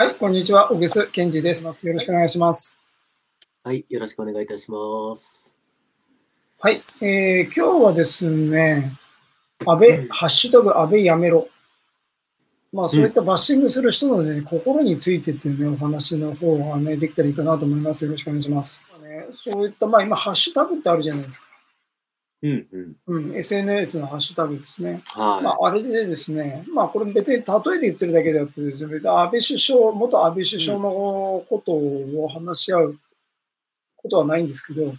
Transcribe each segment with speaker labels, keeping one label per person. Speaker 1: はい、こんにちは。小楠健二です。よろしくお願いします。
Speaker 2: はい、よろしくお願いいたします。
Speaker 1: はい、えー、今日はですね、安倍、
Speaker 2: うん
Speaker 1: ハッシュタグ安倍やめろ。まあ、そういったバッシングする人の、ね心についてっていうね、お話の方がね、できたらいいかなと思います。よろしくお願いします。ね、そういった、まあ今、ハッシュタグってあるじゃないですか。
Speaker 2: うんうん。
Speaker 1: うん、SNS のハッシュタグですね。ま
Speaker 2: は
Speaker 1: あ、あれでですね、まあ、これ別に例えで言ってるだけであってですね、別に安倍首相、元安倍首相のことを話し合うことはないんですけど、
Speaker 2: い。
Speaker 1: こ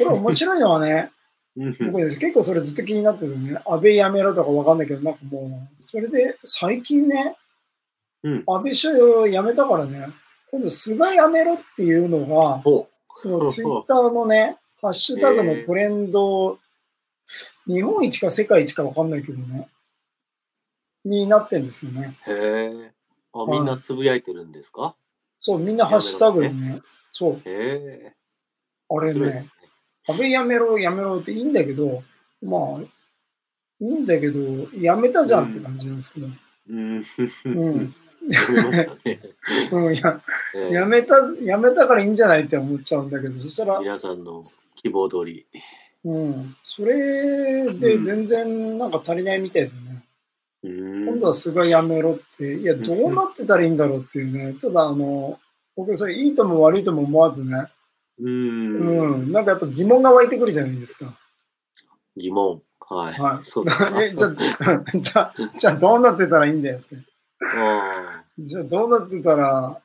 Speaker 1: れ面白いのはね、
Speaker 2: うんうん
Speaker 1: 僕です結構それずっと気になってるね、安倍やめろとかわかんないけど、なんかもう、それで最近ね、
Speaker 2: うん。
Speaker 1: 安倍首相やめたからね、今度菅やめろっていうのが、
Speaker 2: ほ
Speaker 1: そのツイッターのね、ハッシュタグのトレンド、日本一か世界一かわかんないけどね、になってんですよね。
Speaker 2: う。へえ。あ、みんなつぶやいてるんですか
Speaker 1: そう、みんなハッシュタグにね、そう、
Speaker 2: へえ。
Speaker 1: あれ
Speaker 2: 面白いで
Speaker 1: ね
Speaker 2: すね、
Speaker 1: 安倍やめろ、やめろっていいんだけど、まあ、いいんだけど、やめたじゃんって感じなんですけど、
Speaker 2: うん。
Speaker 1: うん。
Speaker 2: 思いましたね。
Speaker 1: うん、や
Speaker 2: え え
Speaker 1: やめた、やめたからいいんじゃないって思っちゃうんだけど、そしたら、
Speaker 2: 皆さんの希望通り。
Speaker 1: うん、それで全然なんか足りないみたいでね、
Speaker 2: うん。
Speaker 1: 今度は菅やめろって、いや、どうなってたらいいんだろうっていうね、ただ、あの、僕、それ、いいとも悪いとも思わずね、
Speaker 2: うん。
Speaker 1: うん、なんかやっぱ疑問が湧いてくるじゃないですか。
Speaker 2: 疑問。は
Speaker 1: はい
Speaker 2: い。そうです か。
Speaker 1: えじゃあ、じゃあ、じゃあどうなってたらいいんだよって。
Speaker 2: あ
Speaker 1: じゃあどうなってたら、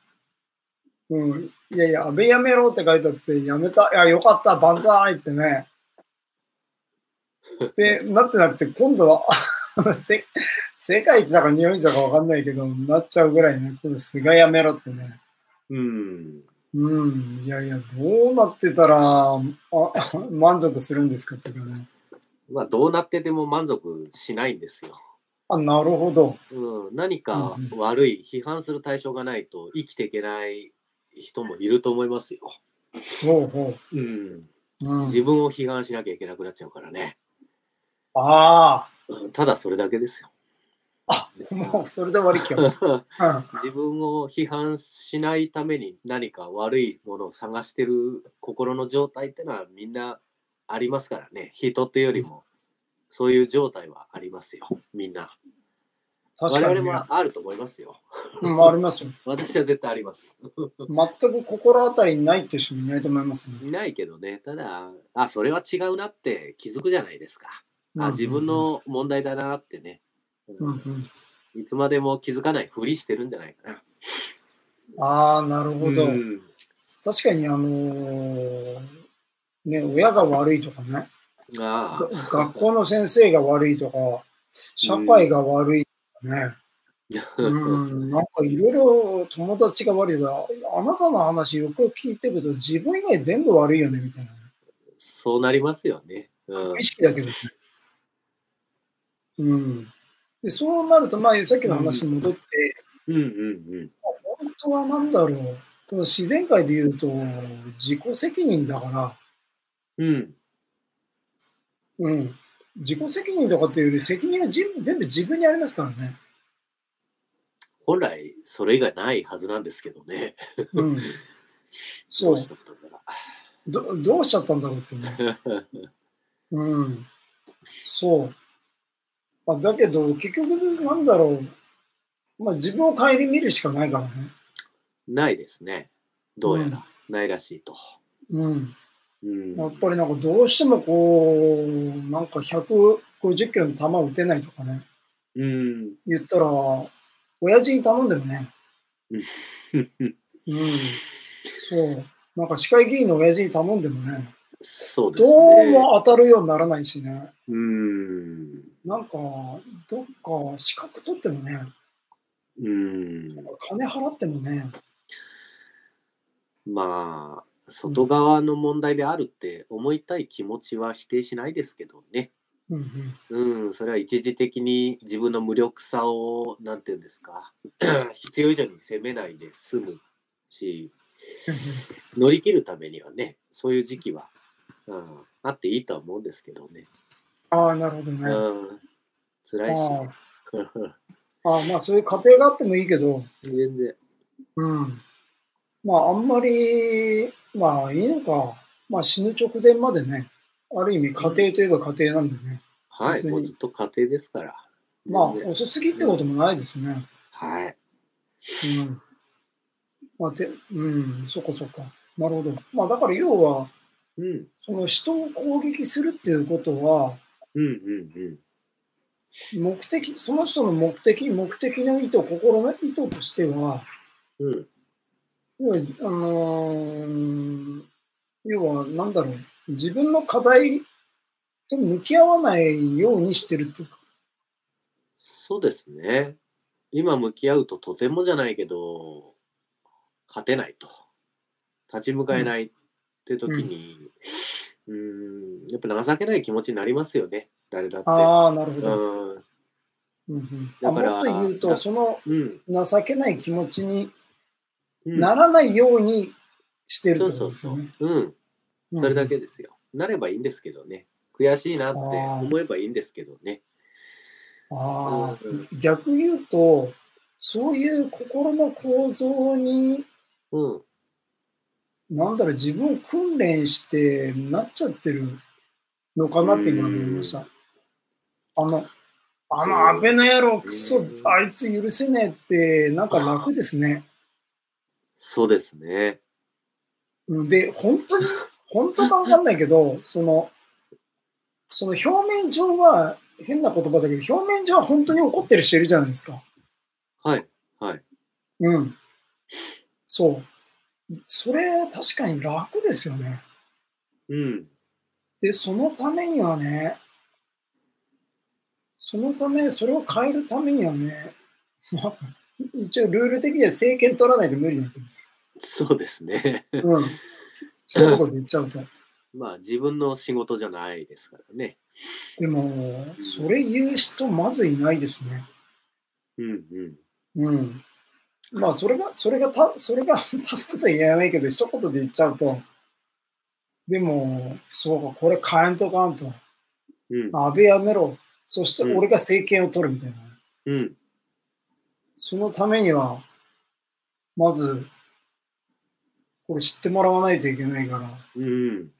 Speaker 1: うん、いやいや、安倍やめろって書いてあって、やめた、いや、よかった、万歳ってね。 で、なってなくて、今度は、 あせ世界一だか日本一だかわかんないけど、なっちゃうぐらいね、今度菅やめろってね。
Speaker 2: ーうん。
Speaker 1: うん、いやいや、どうなってたら、あ 満足するんですかっていうかね。
Speaker 2: まあ、どうなってても満足しないんですよ。
Speaker 1: あ、なるほど。
Speaker 2: うん、何か
Speaker 1: うんう
Speaker 2: 悪い、批判する対象がないと生きていけない人もいると思いますよ。
Speaker 1: ほうほ
Speaker 2: うん、
Speaker 1: う。うん、
Speaker 2: 自分を批判しなきゃいけなくなっちゃうからね。
Speaker 1: あ
Speaker 2: うんただそれだけですよ。
Speaker 1: あ、もうそれで終わり きよ。うん
Speaker 2: 自分を批判しないために何か悪いものを探してる心の状態ってのはみんなありますからね。人っていうよりもそういう状態はありますよ。みんな。
Speaker 1: 確か
Speaker 2: 我々
Speaker 1: に、ね
Speaker 2: も。あると思いますよ。
Speaker 1: うん、ありますよ。
Speaker 2: 私は絶対あります。
Speaker 1: 全く心当たりにないっていう人もいないと思いますね。
Speaker 2: いないけどね、ただ、あ、それは違うなって気づくじゃないですか。
Speaker 1: う
Speaker 2: あ、
Speaker 1: ん
Speaker 2: 自分。の問題だなってね、
Speaker 1: うんう
Speaker 2: うん
Speaker 1: ん、
Speaker 2: いつまでも気づかないふりしてるんじゃないかな。
Speaker 1: ああ、なるほど。
Speaker 2: うん
Speaker 1: 確かに、あのーね、親が悪いとかね、
Speaker 2: あ
Speaker 1: が学校の先生が悪いとか、社会が悪いとかね、
Speaker 2: あ、
Speaker 1: うん、なんかいろいろ友達が悪いが、あなたの話よく聞いてるけど、自分以外全部悪いよね、みたいな。
Speaker 2: そうなりますよね。うん
Speaker 1: 意識だけですね。うん。で、そうなると、まあ、さっきの話に戻って、
Speaker 2: うんうん
Speaker 1: 本当はなんだろう、この自然界で言うと、自己責任だから、
Speaker 2: うん。うん。
Speaker 1: うん、自己責任とかっていうより、責任はじ全部自分にありますからね。
Speaker 2: 本来、それ以外ないはずなんですけどね。
Speaker 1: うん、そう
Speaker 2: どしちゃったんだろ
Speaker 1: ど、どうしちゃったんだろうってね。うん、そう。まあ、だけど、結局、なんだろう、まあ、自分を顧みるしかないからね。
Speaker 2: う ないですね。どうやら、ないらしいと。
Speaker 1: うん、
Speaker 2: うん。
Speaker 1: やっぱりなんかどうしてもこう、なんか150キロの球を打てないとかね。
Speaker 2: うん。
Speaker 1: 言ったら、親父に頼んでもね。
Speaker 2: うん
Speaker 1: うん。そう。なんか市会議員の親父に頼んでもね、
Speaker 2: そうです
Speaker 1: ど
Speaker 2: ね。
Speaker 1: うも当たるようにならないしね。
Speaker 2: うん。
Speaker 1: なんか、どっか資格取ってもね、
Speaker 2: うん。
Speaker 1: 金払ってもね、
Speaker 2: まあ、外側の問題であるって思いたい気持ちは否定しないですけどね。
Speaker 1: うんうん。
Speaker 2: うん、それは一時的に自分の無力さを、なんていうんですか、 必要以上に責めないで済む し、乗り切るためにはね、そういう時期は、うん、あっていいとは思うんですけどね。
Speaker 1: ああ、なるほどね。
Speaker 2: う
Speaker 1: あ
Speaker 2: ん、辛いしね、
Speaker 1: あああ、まあそういう家庭があってもいいけど、
Speaker 2: 全然。
Speaker 1: うん。まあ、あんまり、まあいいのか。まあ死ぬ直前までね、ある意味家庭といえば家庭なんでね。
Speaker 2: はい、
Speaker 1: 別に
Speaker 2: もうずっと家庭ですから。
Speaker 1: まあ、
Speaker 2: 全然
Speaker 1: 遅すぎってこともないですね。
Speaker 2: はい。
Speaker 1: うん。まあ、て、うん、そっかそっか。なるほど。まあ、だから要は、
Speaker 2: うん。
Speaker 1: その人を攻撃するっていうことは、
Speaker 2: うんうんうん。
Speaker 1: 目的、その人の目的、目的の意図、心の意図としては、
Speaker 2: うん。
Speaker 1: 要は、あのー要は、なんだろう、自分の課題と向き合わないようにしてるっていうか、
Speaker 2: そうですね。今向き合うととてもじゃないけど、勝てないと。立ち向かえないって時に、うーん、やっぱ情けない気持ちになりますよね。誰だって。
Speaker 1: ああ、なるほ
Speaker 2: う
Speaker 1: ど。
Speaker 2: ん。
Speaker 1: うんうん、
Speaker 2: だから
Speaker 1: あもっと言うと、
Speaker 2: な
Speaker 1: その
Speaker 2: うん。
Speaker 1: 情けない気持ちに
Speaker 2: うん
Speaker 1: ならないようにしてる
Speaker 2: そ
Speaker 1: っ
Speaker 2: う
Speaker 1: てこ
Speaker 2: そ
Speaker 1: と
Speaker 2: う
Speaker 1: です
Speaker 2: そ
Speaker 1: よね
Speaker 2: う。。うん。
Speaker 1: そ
Speaker 2: それだけですよ。なればいいんですけどね。悔しいなって思えばいいんですけどね。
Speaker 1: ああ、
Speaker 2: うん
Speaker 1: 逆言うと、そういう心の構造に、
Speaker 2: うん。
Speaker 1: なんだろう、自分を訓練してなっちゃってるのかなって今思いました。あの、あ
Speaker 2: そう
Speaker 1: の、安倍の野郎、く
Speaker 2: う
Speaker 1: そ
Speaker 2: ん、
Speaker 1: あいつ許せねえって、なんか楽ですね。
Speaker 2: そうですね。
Speaker 1: うんで、本当に、本当かわかんないけど、その、その表面上は、変な言葉だけど、表面上は本当に怒ってる人いるじゃないですか。
Speaker 2: はい。はい。
Speaker 1: うん。そう。それ、確かに楽ですよね。
Speaker 2: うん。
Speaker 1: で、そのためにはね、そのため、それを変えるためにはね、 まあ一応ルール的には政権取らないと無理なんです
Speaker 2: そうですね。
Speaker 1: よ。うん。一言で言っちゃうと。
Speaker 2: まあ自分の仕事じゃないですからね。
Speaker 1: でも、それ言う人、まずいないですね。
Speaker 2: うんうん。
Speaker 1: うん。まあ、それが、それがた、それが 足すことは言えないけど、一言で言っちゃうと、でも、そうか、これ変えんとかんと。
Speaker 2: うん。
Speaker 1: 安倍やめろ。そして
Speaker 2: うん
Speaker 1: 俺が政権を取るみたいな。
Speaker 2: うん。
Speaker 1: そのためには、まず、これ知ってもらわないといけないから。
Speaker 2: うん。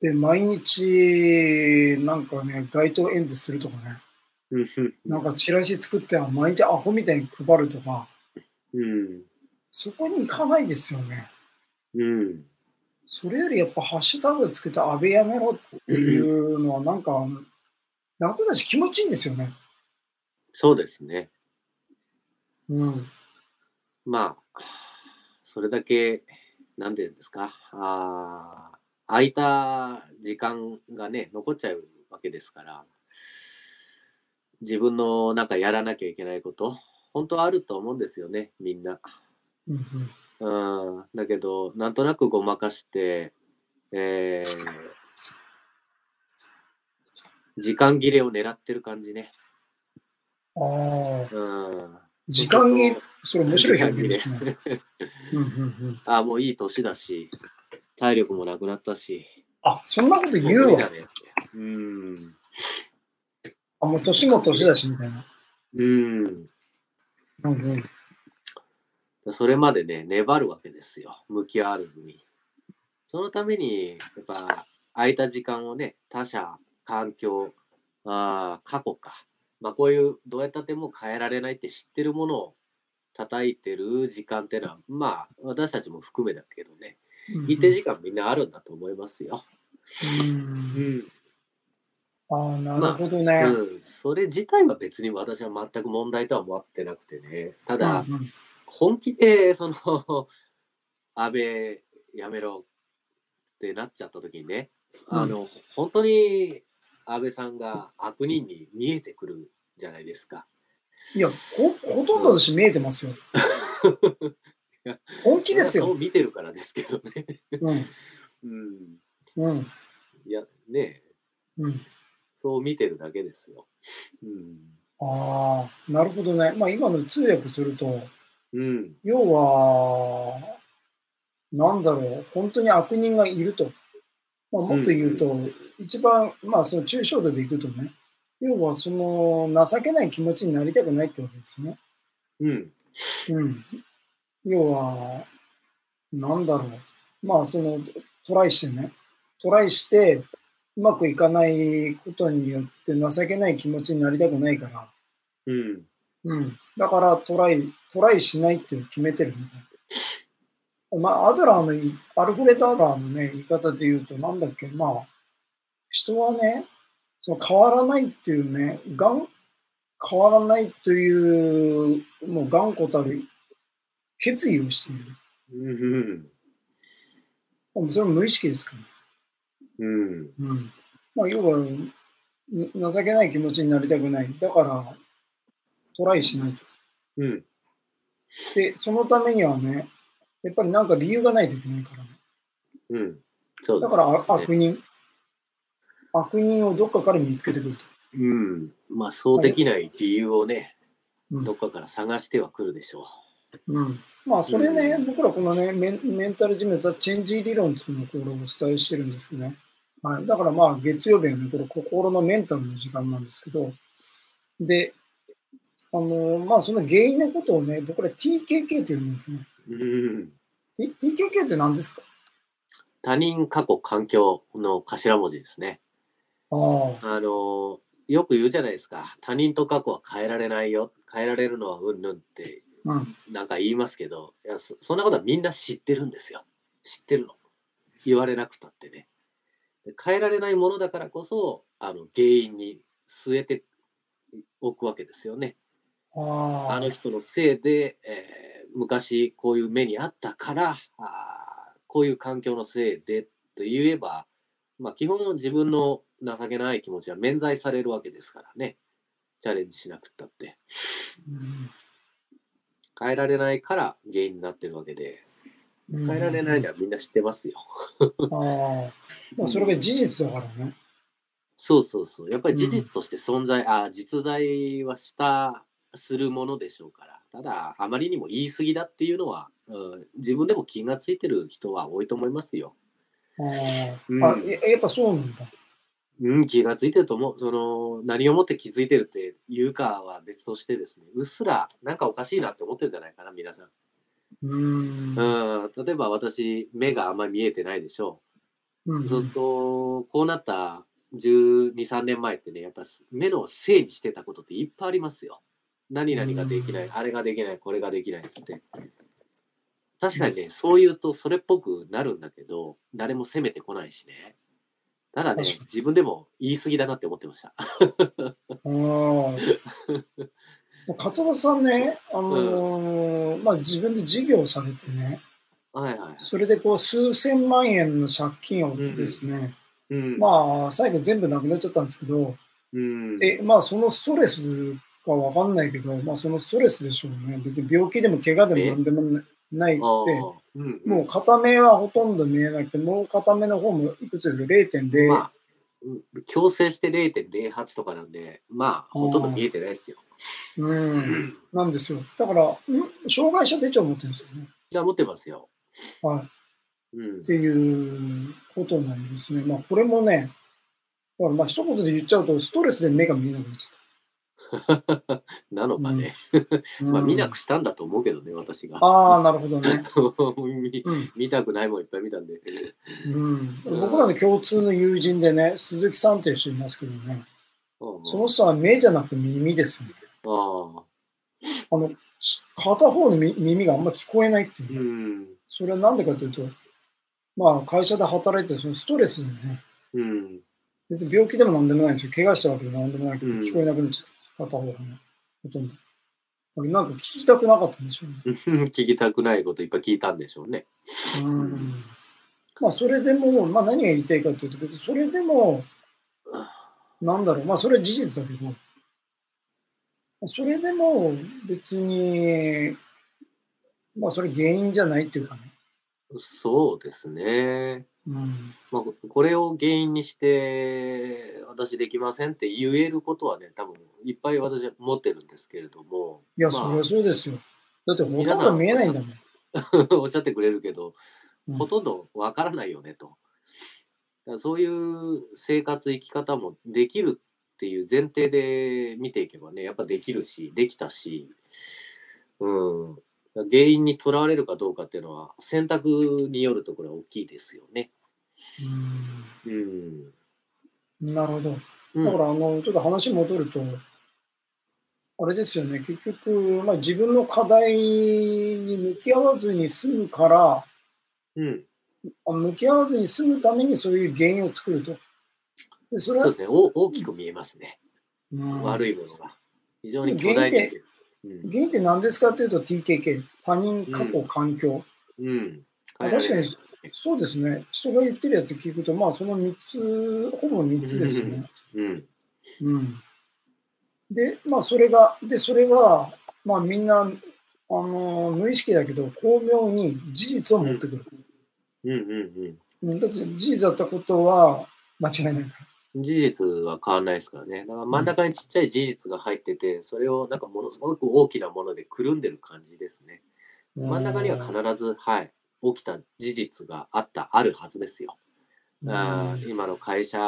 Speaker 1: で、毎日、なんかね、街頭演説するとかね。
Speaker 2: うん。
Speaker 1: なんかチラシ作っては毎日アホみたいに配るとか、
Speaker 2: うん。
Speaker 1: そこに行かないですよね。
Speaker 2: うん。
Speaker 1: それよりやっぱハッシュタグつけて安倍やめろっていうのはなんか、楽だし気持ちいいんですよね。
Speaker 2: そうですね。
Speaker 1: うん。
Speaker 2: まあ、それだけ、なんていうんですか。ああ、空いた時間がね、残っちゃうわけですから、自分のなんかやらなきゃいけないこと、本当はあると思うんですよね、みんな。
Speaker 1: うんうん
Speaker 2: うん、だけど、なんとなくごまかして、えー、時間切れを狙ってる感じね。
Speaker 1: ああ、
Speaker 2: うん。
Speaker 1: 時間
Speaker 2: 切
Speaker 1: 切
Speaker 2: れ
Speaker 1: れ、それ面白い表現ですね。うんうんうん、
Speaker 2: あ、もういい年だし、体力もなくなったし。
Speaker 1: あ、そんなこと言
Speaker 2: も
Speaker 1: う
Speaker 2: 無理だ
Speaker 1: わ。
Speaker 2: ねって。うん。
Speaker 1: あ、もう年も年だし、みたいな。
Speaker 2: うん。
Speaker 1: うんうん、
Speaker 2: それまでね、粘るわけですよ。向き合わずに。そのために、やっぱ、空いた時間をね、他者、環境、あー過去か。まあ、こういう、どうやったってもう変えられないって知ってるものを叩いてる時間ってのは、まあ、私たちも含めだけどね、一定時間みんなあるんだと思いますよ。
Speaker 1: うん
Speaker 2: ん。
Speaker 1: ああ、なるほどね。
Speaker 2: うん、それ自体は別に私は全く問題とは思ってなくてね。ただ、
Speaker 1: うんうん
Speaker 2: 本気でその安倍やめろってなっちゃった時にねあの、本当に安倍さんが悪人に見えてくるじゃないですか。
Speaker 1: いやほ、ほとんどのし見えてますよ。本気です
Speaker 2: そ
Speaker 1: よ。
Speaker 2: う見てるからですけどね。
Speaker 1: うん、
Speaker 2: うん、
Speaker 1: うん、
Speaker 2: いやねえ
Speaker 1: うん。
Speaker 2: そう見てるだけですよ。うん
Speaker 1: ああ、なるほどね。まあ今の通訳すると、
Speaker 2: うん、
Speaker 1: 要は、なんだろう、本当に悪人がいると。まあ、もっと言うと、一番、まあ、その抽象度でいくとね、要はその情けない気持ちになりたくないってわけですね。
Speaker 2: うん
Speaker 1: うん。要は、なんだろう。まあ、その、トライしてね、トライして、うまくいかないことによって情けない気持ちになりたくないから、
Speaker 2: うん。
Speaker 1: うん。だから、トライ、トライしないっていうのを決めてるみたいな。まあ、アドラーのい、アルフレッド・アドラーのね、言い方で言うと、なんだっけ、まあ、人はね、その変わらないっていうね、がん、変わらないという、もう頑固たる決意をしている。
Speaker 2: うん。
Speaker 1: もうそれも無意識ですから、
Speaker 2: うん。
Speaker 1: うん。まあ、要は、ん情けない気持ちになりたくない。だから、トライしないと。
Speaker 2: うん。
Speaker 1: で、そのためにはね、やっぱりなんか理由がないといけないからね。
Speaker 2: うん。そう
Speaker 1: だ
Speaker 2: ですね
Speaker 1: から、あ悪人。悪人をどっかから見つけてくると。
Speaker 2: うん。まあ、そうできない理由を
Speaker 1: う
Speaker 2: ね、
Speaker 1: ん
Speaker 2: どっかから探してはくるでしょ
Speaker 1: うん、まあ、それね、
Speaker 2: うん
Speaker 1: 僕らこのねメン、メンタルジム、ザ・チェンジ理論っていうのをこれお伝えしてるんですけどね。はい、だからまあ、月曜日はね、これ心のメンタルの時間なんですけど、で、あの、まあ、その原因のことをね、僕ら TKK って言うんですね。
Speaker 2: う。うん。
Speaker 1: T- TKK って何ですか
Speaker 2: 他人、過去、環境の頭文字ですね。
Speaker 1: ああ、
Speaker 2: あのーよく言うじゃないですか。他人と過去は変えられないよ。変えられるのはうんぬんって、
Speaker 1: うん。
Speaker 2: なんか言いますけど、いやそ、そんなことはみんな知ってるんですよ。知ってるの。言われなくたってね。で変えられないものだからこそ、あの、原因に据えておくわけですよね。
Speaker 1: ああ
Speaker 2: あの人のせいで、えー昔こういう目にあったからあーこういう環境のせいでと言えば、まあ、基本自分の情けない気持ちは免罪されるわけですからねチャレンジしなくったって
Speaker 1: うん
Speaker 2: 変えられないから原因になってるわけで
Speaker 1: うん
Speaker 2: 変えられないのはみんな知ってますよ、
Speaker 1: ああ。まあ、それが事実だからね。
Speaker 2: そうそうそうやっぱり事実として存在、あー実在はしたするものでしょうからただあまりにも言い過ぎだっていうのは、うん、自分でも気がついてる人は多いと思いますよ
Speaker 1: ああ、
Speaker 2: うん
Speaker 1: あややっぱそうなんだ。
Speaker 2: うん、気がついてると思う。その、何をもって気づいてるっていうかは別としてですね、うっすらなんかおかしいなって思ってるんじゃないかな、皆さん。
Speaker 1: うーん。
Speaker 2: うん、例えば私、目があんまり見えてないでしょ
Speaker 1: う
Speaker 2: う。
Speaker 1: ん
Speaker 2: そうすると、こうなった12、3年前ってね、やっぱ目のせいにしてたことっていっぱいありますよ。何々ができない、
Speaker 1: うん
Speaker 2: あれができない、これができないっつって。確かにね、そう言うとそれっぽくなるんだけど、誰も責めてこないしね。ただね
Speaker 1: 確か、
Speaker 2: 自分でも言い過ぎだなって思ってました。
Speaker 1: あ あ。片田さんね、あのーまあ、自分で事業をされてね、
Speaker 2: はいはい。
Speaker 1: それでこう数千万円の借金を負ってですね、
Speaker 2: うんあ、
Speaker 1: まあ、最後全部なくなっちゃったんですけど、
Speaker 2: うん、
Speaker 1: で、まあ、そのストレスかわかんないけど、まあ、そのストレスでしょうね。別に病気でも怪我でもなんでもないって、
Speaker 2: あーうん、
Speaker 1: もう片目はほとんど見えなくて、もう片目の方もいくつですか ?0.0。
Speaker 2: まあ、うん強制して0.08とかなんで、まあ、ほとんど見えてないですよ。
Speaker 1: うん。なんですよ。だから、ん障害者手帳持ってるんですよね。
Speaker 2: じゃあ持ってますよ。
Speaker 1: はい。
Speaker 2: うん
Speaker 1: っ。ていうことなんですね。まあ、これもね、まあ、まあ一言で言っちゃうと、ストレスで目が見えなくなっちゃっ
Speaker 2: なのかね。
Speaker 1: た。
Speaker 2: まあ、
Speaker 1: うん
Speaker 2: 見なくしたんだと思うけどね、私が。
Speaker 1: ああ、なるほどね。
Speaker 2: 見
Speaker 1: うん
Speaker 2: 見たくないもんいっぱい見たんで。
Speaker 1: うん、僕らの共通の友人でね、鈴木さんっていう人いますけどね、
Speaker 2: うん
Speaker 1: その人は目じゃなく耳ですね。
Speaker 2: ああ。
Speaker 1: あの、し片方のみ耳があんま聞こえないっていうう。
Speaker 2: ん。
Speaker 1: それはなんでかというと、まあ会社で働いてるそのストレスでね、
Speaker 2: うん。
Speaker 1: 別に病気でもなんでもないんですよ。怪我したわけでもなんでもないけど、
Speaker 2: うん
Speaker 1: 聞こえなくなっちゃった。片方がね、ほとんど。あれなんか聞きたくなかったんでしょうね。
Speaker 2: 聞きたくないこといっぱい聞いたんでしょうね。
Speaker 1: うん。まあ、それでも、まあ何が言いたいかというと、別にそれでも、なんだろう、まあそれは事実だけど、それでも別に、まあそれ原因じゃないっていうかね。
Speaker 2: そうですね。
Speaker 1: うん。
Speaker 2: まあ、ここれを原因にして私できませんって言えることはね多分いっぱい私は持ってるんですけれども
Speaker 1: いや、
Speaker 2: まあ
Speaker 1: そりゃそうですよ。だってほとん
Speaker 2: 皆さ
Speaker 1: ど
Speaker 2: ん
Speaker 1: 見えないんだもん。
Speaker 2: おっしゃってくれるけど、
Speaker 1: うん
Speaker 2: ほとんどわからないよねとだからそういう生活生き方もできるっていう前提で見ていけばねやっぱできるしできたしうん原因にとらわれるかどうかっていうのは選択によるところは大きいですよね。うん。
Speaker 1: うんなるほど。
Speaker 2: う
Speaker 1: だか
Speaker 2: ん、
Speaker 1: ら、あの、ちょっと話戻ると、あれですよね、結局、まあ、自分の課題に向き合わずに済むから、
Speaker 2: うん、
Speaker 1: あ向き合わずに済むためにそういう原因を作ると。で、それ
Speaker 2: そう
Speaker 1: は
Speaker 2: で、すねお大きく見えますね、
Speaker 1: うん
Speaker 2: 悪いものが。非常に巨大に見える。うん
Speaker 1: 原因って何ですかっていうと TKK、他人、過去、環境。
Speaker 2: うん、
Speaker 1: あ
Speaker 2: 変えられ
Speaker 1: 確か
Speaker 2: ない
Speaker 1: にそうですね、人が言ってるやつ聞くと、まあ、その3つ、ほぼ3つですよね。
Speaker 2: うん、
Speaker 1: うんで、まあ、それが、で、それは、まあ、みんな、あの無意識だけど、巧妙に事実を持ってくる。
Speaker 2: うん、うん、
Speaker 1: うんだって事実だったことは間違いないか
Speaker 2: うん。事実は変わらないですからね。だから真ん中にちっちゃい事実が入ってて、それをなんかものすごく大きなものでくるんでる感じですね。
Speaker 1: ら。
Speaker 2: 真ん中には
Speaker 1: ず。
Speaker 2: 必ず、はい、起きた事実があった、あるはずですよ。あー今の会社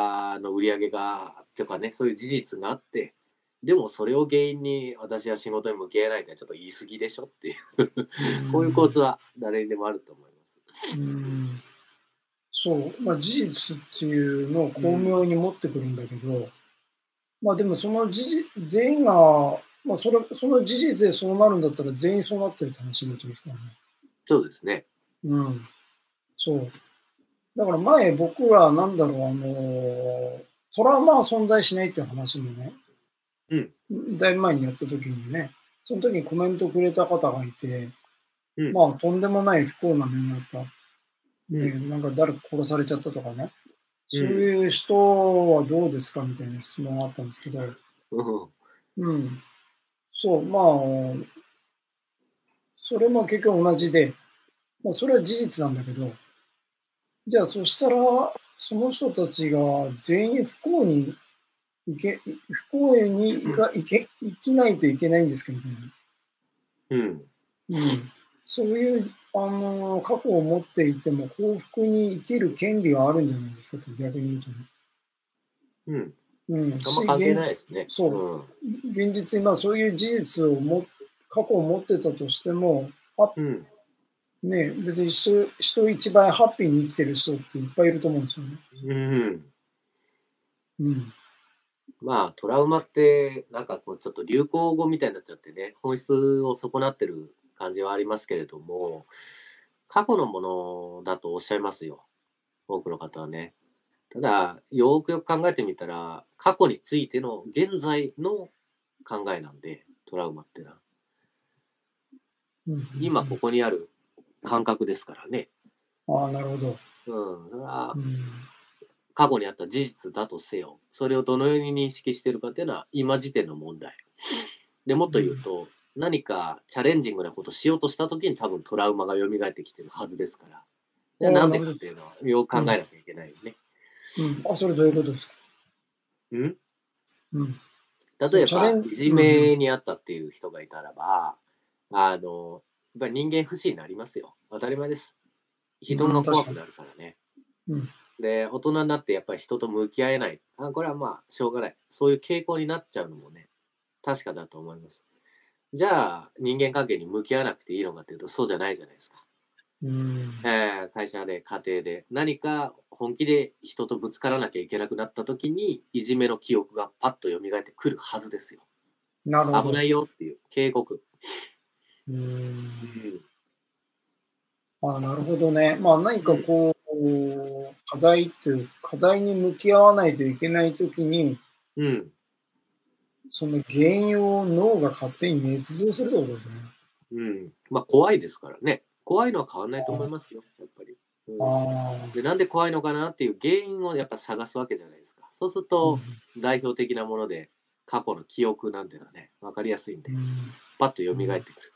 Speaker 2: の売り上げがとかねそういう事実があってでもそれを原因に私は仕事に向き合えないってちょっと言い過ぎでしょっていうこういう構図は誰にでもあると思います。
Speaker 1: うんそう、まあ、事実っていうのを巧妙に持ってくるんだけど、まあでもその事実、全員が、まあそれ、その事実でそうなるんだったら全員そうなってるって話になってますからね。
Speaker 2: そうですね。
Speaker 1: うん。そう。だから前僕はなんだろう、あの、トラウマは存在しないっていう話もね、だいぶ前にやった時にね、その時にコメントくれた方がいて、
Speaker 2: うん
Speaker 1: まあとんでもない不幸な目にあった。
Speaker 2: うん
Speaker 1: ねなんか誰か殺されちゃったとかね。そういう人はどうですかみたいな質問があったんですけど、
Speaker 2: うん
Speaker 1: うん。そう、まあ、それも結局同じで、まあ、それは事実なんだけど、じゃあそしたら、その人たちが全員不幸に行け、不幸に行か行け生きないといけないんですかみたいな。
Speaker 2: うん
Speaker 1: うん、そういう、あの過去を持っていても幸福に生きる権利があるんじゃないですかって逆に言うとね。
Speaker 2: うん、
Speaker 1: うん、
Speaker 2: あんま関係ないですね。
Speaker 1: そう現実にまあそういう事実をも過去を持ってたとしても、あ
Speaker 2: うん、うん、
Speaker 1: ね、別に人人一倍ハッピーに生きてる人っていっぱいいると思うんですよね。
Speaker 2: うん、
Speaker 1: うん、
Speaker 2: まあトラウマってなんかこうちょっと流行語みたいになっちゃってね本質を損なってる感じはありますけれども過去のものだとおっしゃいますよ多くの方はねただよーくよく考えてみたら過去についての現在の考えなんでトラウマってのは
Speaker 1: うん
Speaker 2: 今ここにある感覚ですからね
Speaker 1: ああ、なるほど。
Speaker 2: うんだから
Speaker 1: うん
Speaker 2: 過去にあった事実だとせよそれをどのように認識しているかっていうのは今時点の問題でもっと言うと、何かチャレンジングなことしようとした時に多分トラウマが蘇ってきてるはずですからで
Speaker 1: おー
Speaker 2: なんでかっていうのはよく考えなきゃいけないよね、
Speaker 1: うん、あそれどういうことですか、
Speaker 2: うん、
Speaker 1: うん
Speaker 2: 例え
Speaker 1: チャレン
Speaker 2: ばいじめにあったっていう人がいたらば、あのやっぱり人間不信になりますよ当たり前です人
Speaker 1: う
Speaker 2: が
Speaker 1: ん確
Speaker 2: 怖
Speaker 1: か
Speaker 2: く
Speaker 1: に
Speaker 2: なるからね、
Speaker 1: うん
Speaker 2: で大人になってやっぱり人と向き合えないあこれはまあしょうがないそういう傾向になっちゃうのもね確かだと思いますじゃあ人間関係に向き合わなくていいのかっていうとそうじゃないじゃないですか、
Speaker 1: うん
Speaker 2: えー会社で家庭で何か本気で人とぶつからなきゃいけなくなった時にいじめの記憶がパッと蘇ってくるはずですよ
Speaker 1: なるほど。
Speaker 2: 危ないよっていう警告。
Speaker 1: うんあなるほどね。まあ何かこう、課題っていう、課題に向き合わないといけないときに、
Speaker 2: うん。
Speaker 1: その原因を脳が勝手に捏造するってことですね。
Speaker 2: うん。まあ、怖いですからね。怖いのは変わんないと思いますよ、やっぱり。うん
Speaker 1: ああ。
Speaker 2: でなんで怖いのかなっていう原因をやっぱ探すわけじゃないですか。そうすると代表的なもので過去の記憶なんていうのはね分かりやすいんで
Speaker 1: うん
Speaker 2: パッと蘇ってくる。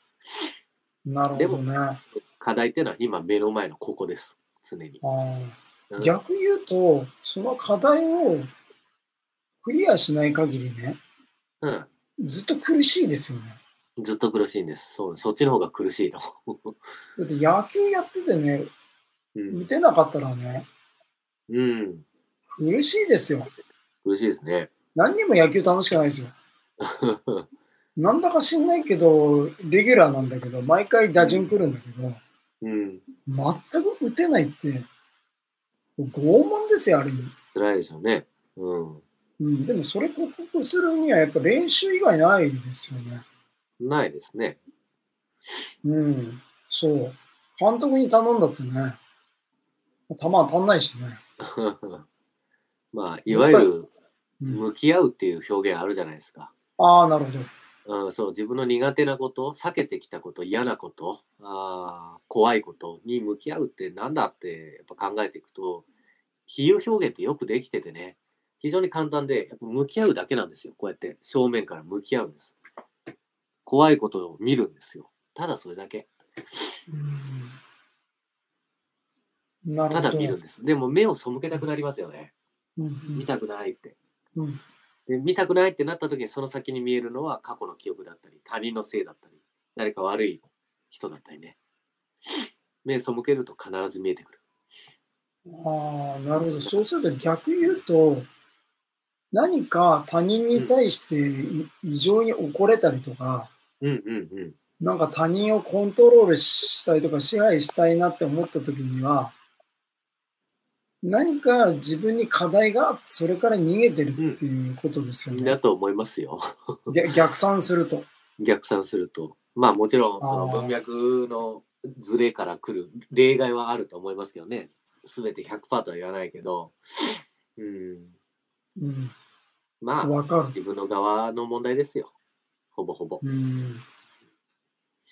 Speaker 1: なるほどね。あ
Speaker 2: 課題っていうのは今目の前のここです常に。う
Speaker 1: ー
Speaker 2: ん
Speaker 1: 逆言うと、その課題をクリアしない限りね、
Speaker 2: うん
Speaker 1: ずっと苦しいですよね。
Speaker 2: ずっと苦しいんです。そうそっちの方が苦しいの。
Speaker 1: だって野球やっててね、
Speaker 2: うん
Speaker 1: 打、てなかったらね、
Speaker 2: うん、
Speaker 1: 苦しいですよ。
Speaker 2: 苦しいですね。
Speaker 1: 何にも野球楽しくないですよ。なんだか知んないけど、レギュラーなんだけど、毎回打順来るんだけど、
Speaker 2: うん。
Speaker 1: 全く打てないって、傲慢ですよ、ある意味。
Speaker 2: 辛いでしょうね。うん。
Speaker 1: うん、でもそれ克服するにはやっぱ練習以外ないですよね。
Speaker 2: ないですね。
Speaker 1: うん、そう。監督に頼んだってね、球当たんないしね。
Speaker 2: まあ、いわゆる、
Speaker 1: うん、
Speaker 2: 向き合うっていう表現あるじゃないですか。
Speaker 1: ああ、なるほど。
Speaker 2: うん、そう、自分の苦手なこと、避けてきたこと、嫌なこと、あー怖いことに向き合うってなんだってやっぱ考えていくと、比喩表現ってよくできててね、非常に簡単で、やっぱ向き合うだけなんですよ。こうやって正面から向き合うんです。怖いことを見るんですよ。ただそれだけ。
Speaker 1: うん、なる
Speaker 2: た
Speaker 1: ほど。
Speaker 2: だ見るんです。でも目を背けたくなりますよね。
Speaker 1: うん
Speaker 2: 見たくないって。
Speaker 1: うんうん
Speaker 2: で見たくないってなった時にその先に見えるのは過去の記憶だったり他人のせいだったり誰か悪い人だったりね目背けると必ず見えてくる
Speaker 1: ああ、なるほど。そうすると逆言うと、何か他人に対してい異常に怒れたりとか、
Speaker 2: うんうんうん
Speaker 1: なんか他人をコントロールしたいとか支配したいなって思った時には、何か自分に課題があってそれから逃げてるっていうことですよ
Speaker 2: だ
Speaker 1: ね。
Speaker 2: と思いますよ
Speaker 1: 逆逆算すると。
Speaker 2: 逆算するとまあもちろんその
Speaker 1: あー
Speaker 2: 文脈のズレから来る例外はあると思いますけどね全て100%とは言わないけどうん
Speaker 1: うん、
Speaker 2: まあ
Speaker 1: わか
Speaker 2: 自分の側の問題ですよほぼほぼ
Speaker 1: る。うん。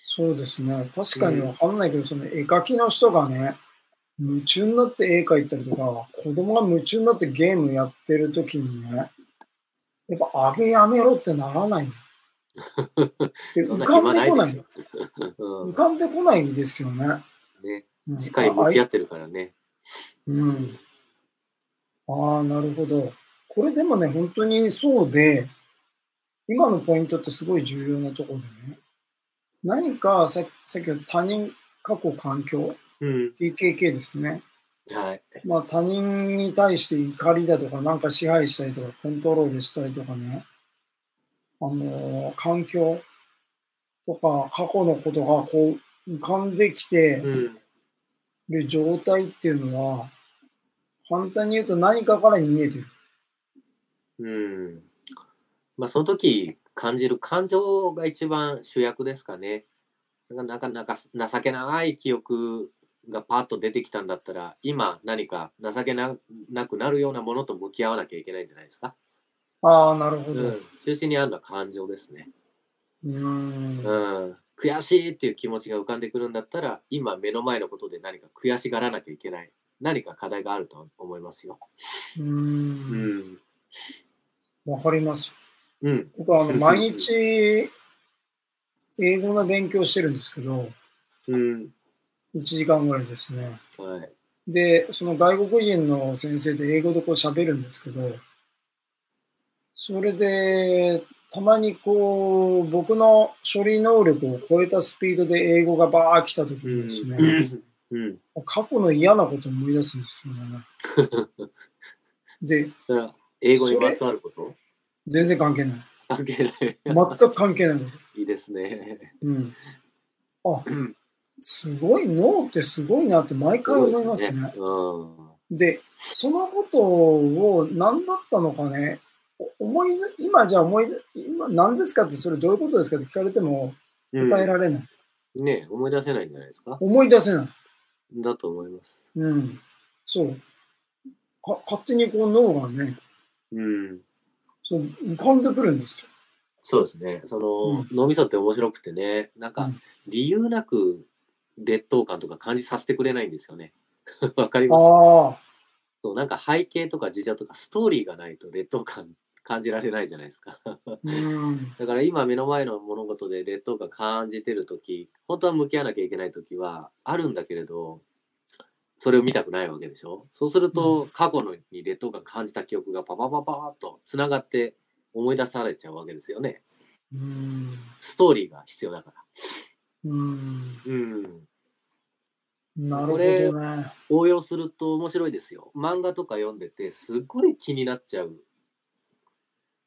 Speaker 1: そうですね。確かにわかんないけど、その絵描きの人がね、夢中になって絵描いたりとか、子供が夢中になってゲームやってる時にね、やっぱあげやめろってなら ない。で
Speaker 2: そ
Speaker 1: 浮
Speaker 2: んな
Speaker 1: かん
Speaker 2: 暇
Speaker 1: で
Speaker 2: ない
Speaker 1: こ
Speaker 2: で
Speaker 1: な
Speaker 2: す
Speaker 1: い
Speaker 2: よ。
Speaker 1: 浮
Speaker 2: うん
Speaker 1: かんでこないですよね。
Speaker 2: ね、
Speaker 1: うん
Speaker 2: しっかり向き合ってるからね。
Speaker 1: うん。ああ、なるほど。これでもね、本当にそうで、今のポイントってすごい重要なところでね、何かささっきの他人、過去、環境、
Speaker 2: うん。
Speaker 1: TKK ですね。
Speaker 2: はい。
Speaker 1: まあ他人に対して怒りだとか、なんか支配したりとか、コントロールしたりとかね、あのー環境とか過去のことがこう浮かんできて、
Speaker 2: うん。
Speaker 1: る状態っていうのは、簡単に言うと何かから逃げてる。
Speaker 2: うん。まあ、その時感じる感情が一番主役ですかね。なんか、なんか、なんか情けない記憶がパッと出てきたんだったら、今何か情けななくなるようなものと向き合わなきゃいけないんじゃないですか。
Speaker 1: ああ、なるほ
Speaker 2: う
Speaker 1: ど。
Speaker 2: ん。中心にあるのは感情ですね。
Speaker 1: うん。。
Speaker 2: うん。悔しいっていう気持ちが浮かんでくるんだったら、今目の前のことで何か悔しがらなきゃいけない。何か課題があると思いますよ。うんん。
Speaker 1: わかります。
Speaker 2: うん。
Speaker 1: 僕はあの毎日、英語の勉強してるんですけど、
Speaker 2: うん。
Speaker 1: 1時間ぐらいですね。
Speaker 2: はい。
Speaker 1: で、その外国人の先生で英語でこう喋るんですけど、それで、たまにこう、僕の処理能力を超えたスピードで英語がバー来た時にですね、
Speaker 2: うん。
Speaker 1: 過去の嫌なことを思い出すんですよね。で、
Speaker 2: それは英語にまつわること
Speaker 1: 全然関係ない。
Speaker 2: 関係ない。
Speaker 1: 全く関係ないです。
Speaker 2: いいですね。
Speaker 1: うん。あ、すごい、脳ってすごいなって毎回思いますね。
Speaker 2: うん。は
Speaker 1: で、そのことを何だったのかね、お思い出、今じゃあ思い出、今何ですかってそれどういうことですかって聞かれても
Speaker 2: い
Speaker 1: 答えられない。
Speaker 2: ねえ思い出せないんじゃないですか
Speaker 1: 思い出せない。
Speaker 2: だと思います。
Speaker 1: うん。そう。か勝手にこう脳がね、
Speaker 2: うん。
Speaker 1: そう浮かんでくるんですよ。
Speaker 2: そうですね。その、脳みそって面白くてね、なん
Speaker 1: う
Speaker 2: か
Speaker 1: ん、
Speaker 2: 理由なく劣等感とか感じさせてくれないんですよね。 わかります
Speaker 1: ああ。
Speaker 2: そうなんか背景とか事情とかストーリーがないと劣等感感じられないじゃないですか。
Speaker 1: うん。
Speaker 2: だから今目の前の物事で劣等感感じてる時本当は向き合わなきゃいけない時はあるんだけれどそれを見たくないわけでしょそうすると過去のに劣等感感じた記憶がパパパパーっとつながって思い出されちゃうわけですよね
Speaker 1: うん。
Speaker 2: ストーリーが必要だか
Speaker 1: うん。
Speaker 2: らうん
Speaker 1: なるほど
Speaker 2: これ
Speaker 1: ね。
Speaker 2: 応用すると面白いですよ漫画とか読んでてすっごい気になっちゃう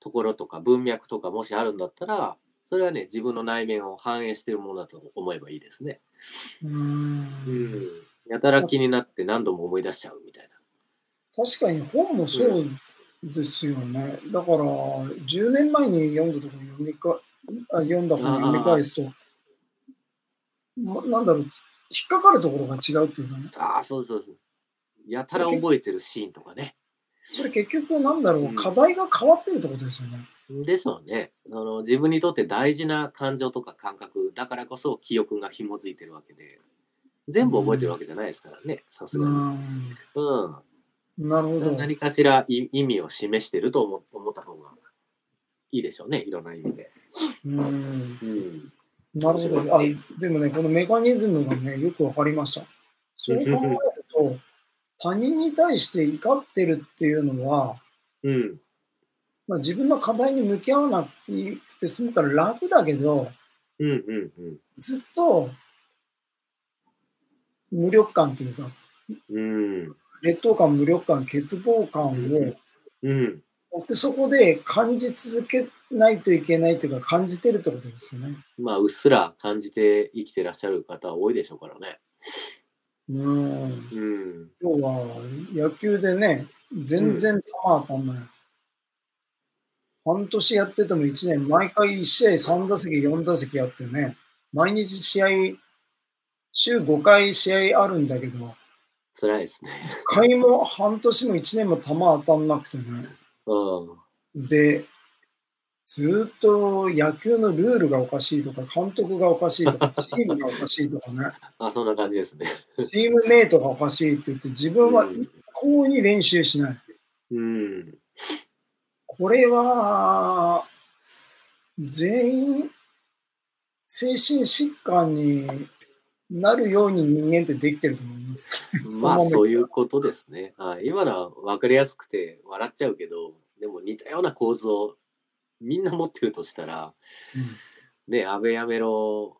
Speaker 2: ところとか文脈とかもしあるんだったらそれはね、自分の内面を反映しているものだと思えばいいですね。
Speaker 1: う。
Speaker 2: うんん。やたら気になって何度も思い出しちゃうみたい
Speaker 1: 確かに本もそうですよね。だから、10年前に読んだところ読みか、あ読んだ本を読み返すと、まなんだろう、引っかかるところが違うっていうかね。
Speaker 2: な。ああ、そうそうそう。やたら覚えてるシーンとかね。
Speaker 1: それ結局なんだろ
Speaker 2: う
Speaker 1: う、
Speaker 2: ん
Speaker 1: 課題が変わってるってことですよね。
Speaker 2: でしょうねあの。自分にとって大事な感情とか感覚だからこそ記憶が紐づいてるわけで、全部覚えてるわけじゃないですからね、さす
Speaker 1: う
Speaker 2: がに。
Speaker 1: ん。
Speaker 2: うん。
Speaker 1: なるほど。
Speaker 2: 何かしらい意味を示してると思思った方がいいでしょうね、いろんな意味で。
Speaker 1: うん。
Speaker 2: うん。
Speaker 1: なるほど。あ、でもね、このメカニズムがね、よくわかりました。そう考えると、他人に対して怒ってるっていうのは、
Speaker 2: うん。
Speaker 1: まあ、自分の課題に向き合わなくて済むから楽だけど、
Speaker 2: うんうんうん。
Speaker 1: ずっと無力感っていうか、
Speaker 2: うん。
Speaker 1: 劣等感、無力感、欠乏感
Speaker 2: うん
Speaker 1: を
Speaker 2: うん。
Speaker 1: 奥底で感じ続けないといけないというか、感じてるってことですよね。
Speaker 2: まあ、うっすら感じて生きてらっしゃる方は多いでしょうからね。
Speaker 1: うん。
Speaker 2: うん。
Speaker 1: 要は、野球でね、全然球当たんない。半年やってても1年、毎回1試合3打席、4打席やってね、毎日試合、週5回試合あるんだけど、
Speaker 2: 辛いですね。
Speaker 1: 1回も半年も1年も球当たんなくてね、
Speaker 2: うん。
Speaker 1: で、ずーっと野球のルールがおかしいとか、監督がおかしいとか、チームがおかしいとかね、
Speaker 2: あ、そんな感じですね。
Speaker 1: チームメイトがおかしいって言って、自分は一向に練習しない。
Speaker 2: うん。
Speaker 1: これは、全員、精神疾患になるように人間ってできてると思います。
Speaker 2: まあ
Speaker 1: その
Speaker 2: そういうことですね。はい、今のは分かりやすくて笑っちゃうけどでも似たような構図をみんな持ってるとしたら、ね安倍やめろ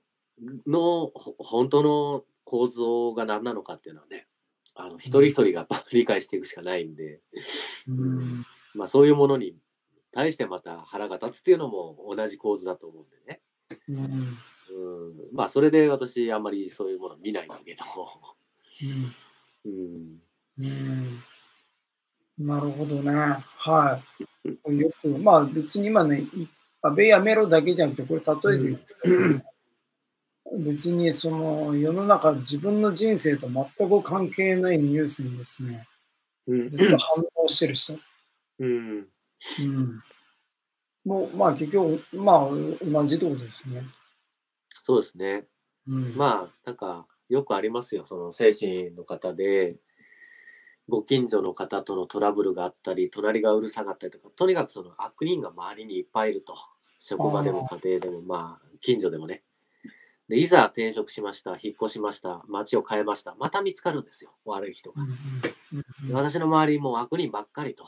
Speaker 2: のほ本当の構造が何なのかっていうのはねあの一人一人がやっぱ理解していくしかないんで、
Speaker 1: うん
Speaker 2: まあ、そういうものに対してまた腹が立つっていうのも同じ構図だと思うんでね。
Speaker 1: うんうん
Speaker 2: うん、まあそれで私あんまりそういうもの見ないんだけど。うん
Speaker 1: うんなるほどね。はい。よく、まあ別に今ね、い安倍やめろだけじゃなくて、これ例えて言ってたけど別にその世の中自分の人生と全く関係ないニュースにですね、
Speaker 2: うん
Speaker 1: ずっと反応してる人。
Speaker 2: うん
Speaker 1: うん。もう、まあ結局、まあ同じってことですね。
Speaker 2: そうですね。
Speaker 1: うん。
Speaker 2: まあなんかよくありますよその精神の方でご近所の方とのトラブルがあったり隣がうるさかったりとかとにかくその悪人が周りにいっぱいいると職場でも家庭でもまあ近所でもねでいざ転職しました引っ越しました町を変えましたまた見つかるんですよ悪い人
Speaker 1: う
Speaker 2: が
Speaker 1: んうん
Speaker 2: 私の周りもう悪人ばっかりと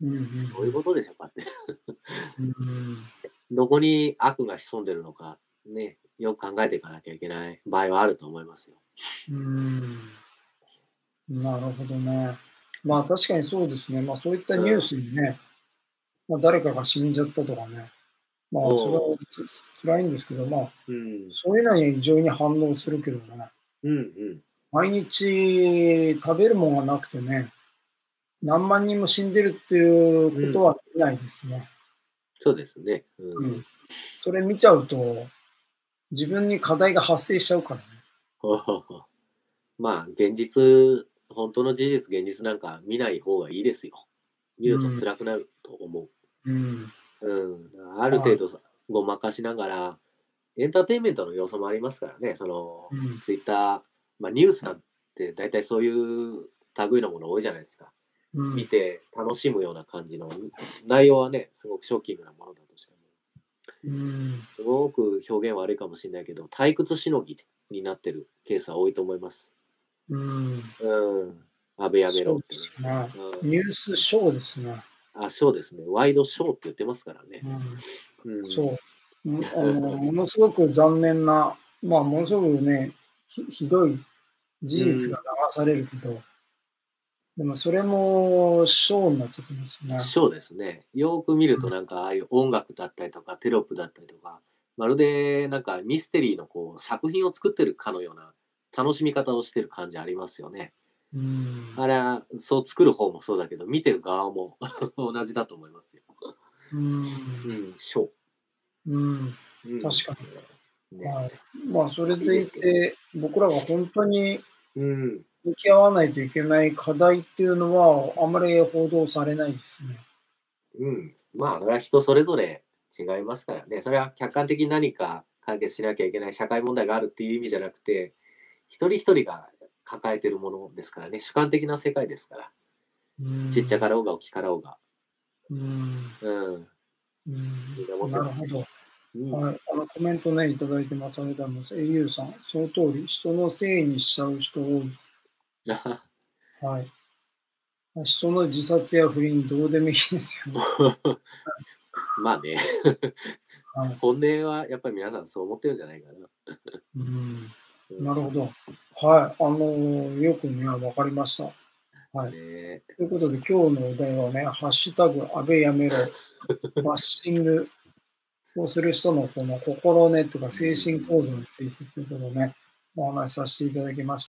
Speaker 1: うん
Speaker 2: どういうことでしょうかって
Speaker 1: うんうん
Speaker 2: どこに悪が潜んでるのかねよく考えていかなきゃいけない場合はあると思いますよ
Speaker 1: うんなるほどね。まあ確かにそうですね。まあそういったニュースにね、まあ誰かが死んじゃったとかね。まあ
Speaker 2: うん
Speaker 1: それはつ辛いんですけど、まあ
Speaker 2: うん
Speaker 1: そういうのには異常に反応するけどね。
Speaker 2: うんうん
Speaker 1: 毎日食べるもんがなくてね、何万人も死んでるっていうことは見ないですね。
Speaker 2: そうですね。うん。
Speaker 1: うんそれ見ちゃうと、自分に課題が発生しちゃうからね。
Speaker 2: まあ、現実、本当の事実、現実なんか見ない方がいいですよ。見ると辛くなると思
Speaker 1: うん。
Speaker 2: う。うん。ある程度さ、ごまかしながら、エンターテインメントの要素もありますからね。その、
Speaker 1: うん。
Speaker 2: ツイッター、まあ、ニュースなんて大体そういう類のもの多いじゃないですか。
Speaker 1: うん
Speaker 2: 見て楽しむような感じの、内容はね、すごくショッキングなものだとしても。
Speaker 1: うん。
Speaker 2: すごく表現悪いかもしれないけど、退屈しのぎになってるケースは多いと思います。
Speaker 1: うん。
Speaker 2: うん。安倍やめろって、ね
Speaker 1: そうですね。
Speaker 2: う
Speaker 1: ニュースショーですね。
Speaker 2: ん。あ、そうですね。ワイドショーって言ってますからね。うん、
Speaker 1: そう。んあのものすごく残念な、まあ、ものすごくね、ひひどい事実が流されるけど、でもそれもショーになっちゃってますね。
Speaker 2: ショーですね。よく見るとなんか、ああいう音楽だったりとか、テロップだったりとか、まるでなんかミステリーのこう作品を作ってるかのような楽しみ方をしてる感じありますよね。
Speaker 1: うん
Speaker 2: あれはそう作る方もそうだけど見てる側も 同じだと思いますよ。
Speaker 1: うん
Speaker 2: うん、ショ
Speaker 1: うん
Speaker 2: ー。うん
Speaker 1: 確か
Speaker 2: にね、
Speaker 1: はいまあ、それでいて、僕らが本当に
Speaker 2: うん。
Speaker 1: 向き合わないといけない課題っていうのは、あまり報道されないですね。
Speaker 2: うん。まあ、それは人それぞれ違いますからね。それは客観的に何か解決しなきゃいけない社会問題があるっていう意味じゃなくて、一人一人が抱えてるものですからね。主観的な世界ですから。ちっちゃかろうが大きかろうが。
Speaker 1: うん。
Speaker 2: うん。
Speaker 1: うん
Speaker 2: みんな持って
Speaker 1: なる
Speaker 2: ます
Speaker 1: ほど。
Speaker 2: うん
Speaker 1: はい、あのコメントね、いただいてます。ありがとうございます。au さん、その通り、人のせいにしちゃう人多い。はい。人の自殺や不倫、どうでもいいですよね。
Speaker 2: まあね、
Speaker 1: はい
Speaker 2: 本音はやっぱり皆さんそう思ってるんじゃないかな。
Speaker 1: うん、
Speaker 2: うん
Speaker 1: なるほど。はい。あのーよくね、わかりました。ど
Speaker 2: ね
Speaker 1: ということで、今日のお題はね、ハッシュタグ、安倍やめろ、バッシングをする人のこの心根とか精神構造についてということをね、お話しさせていただきました。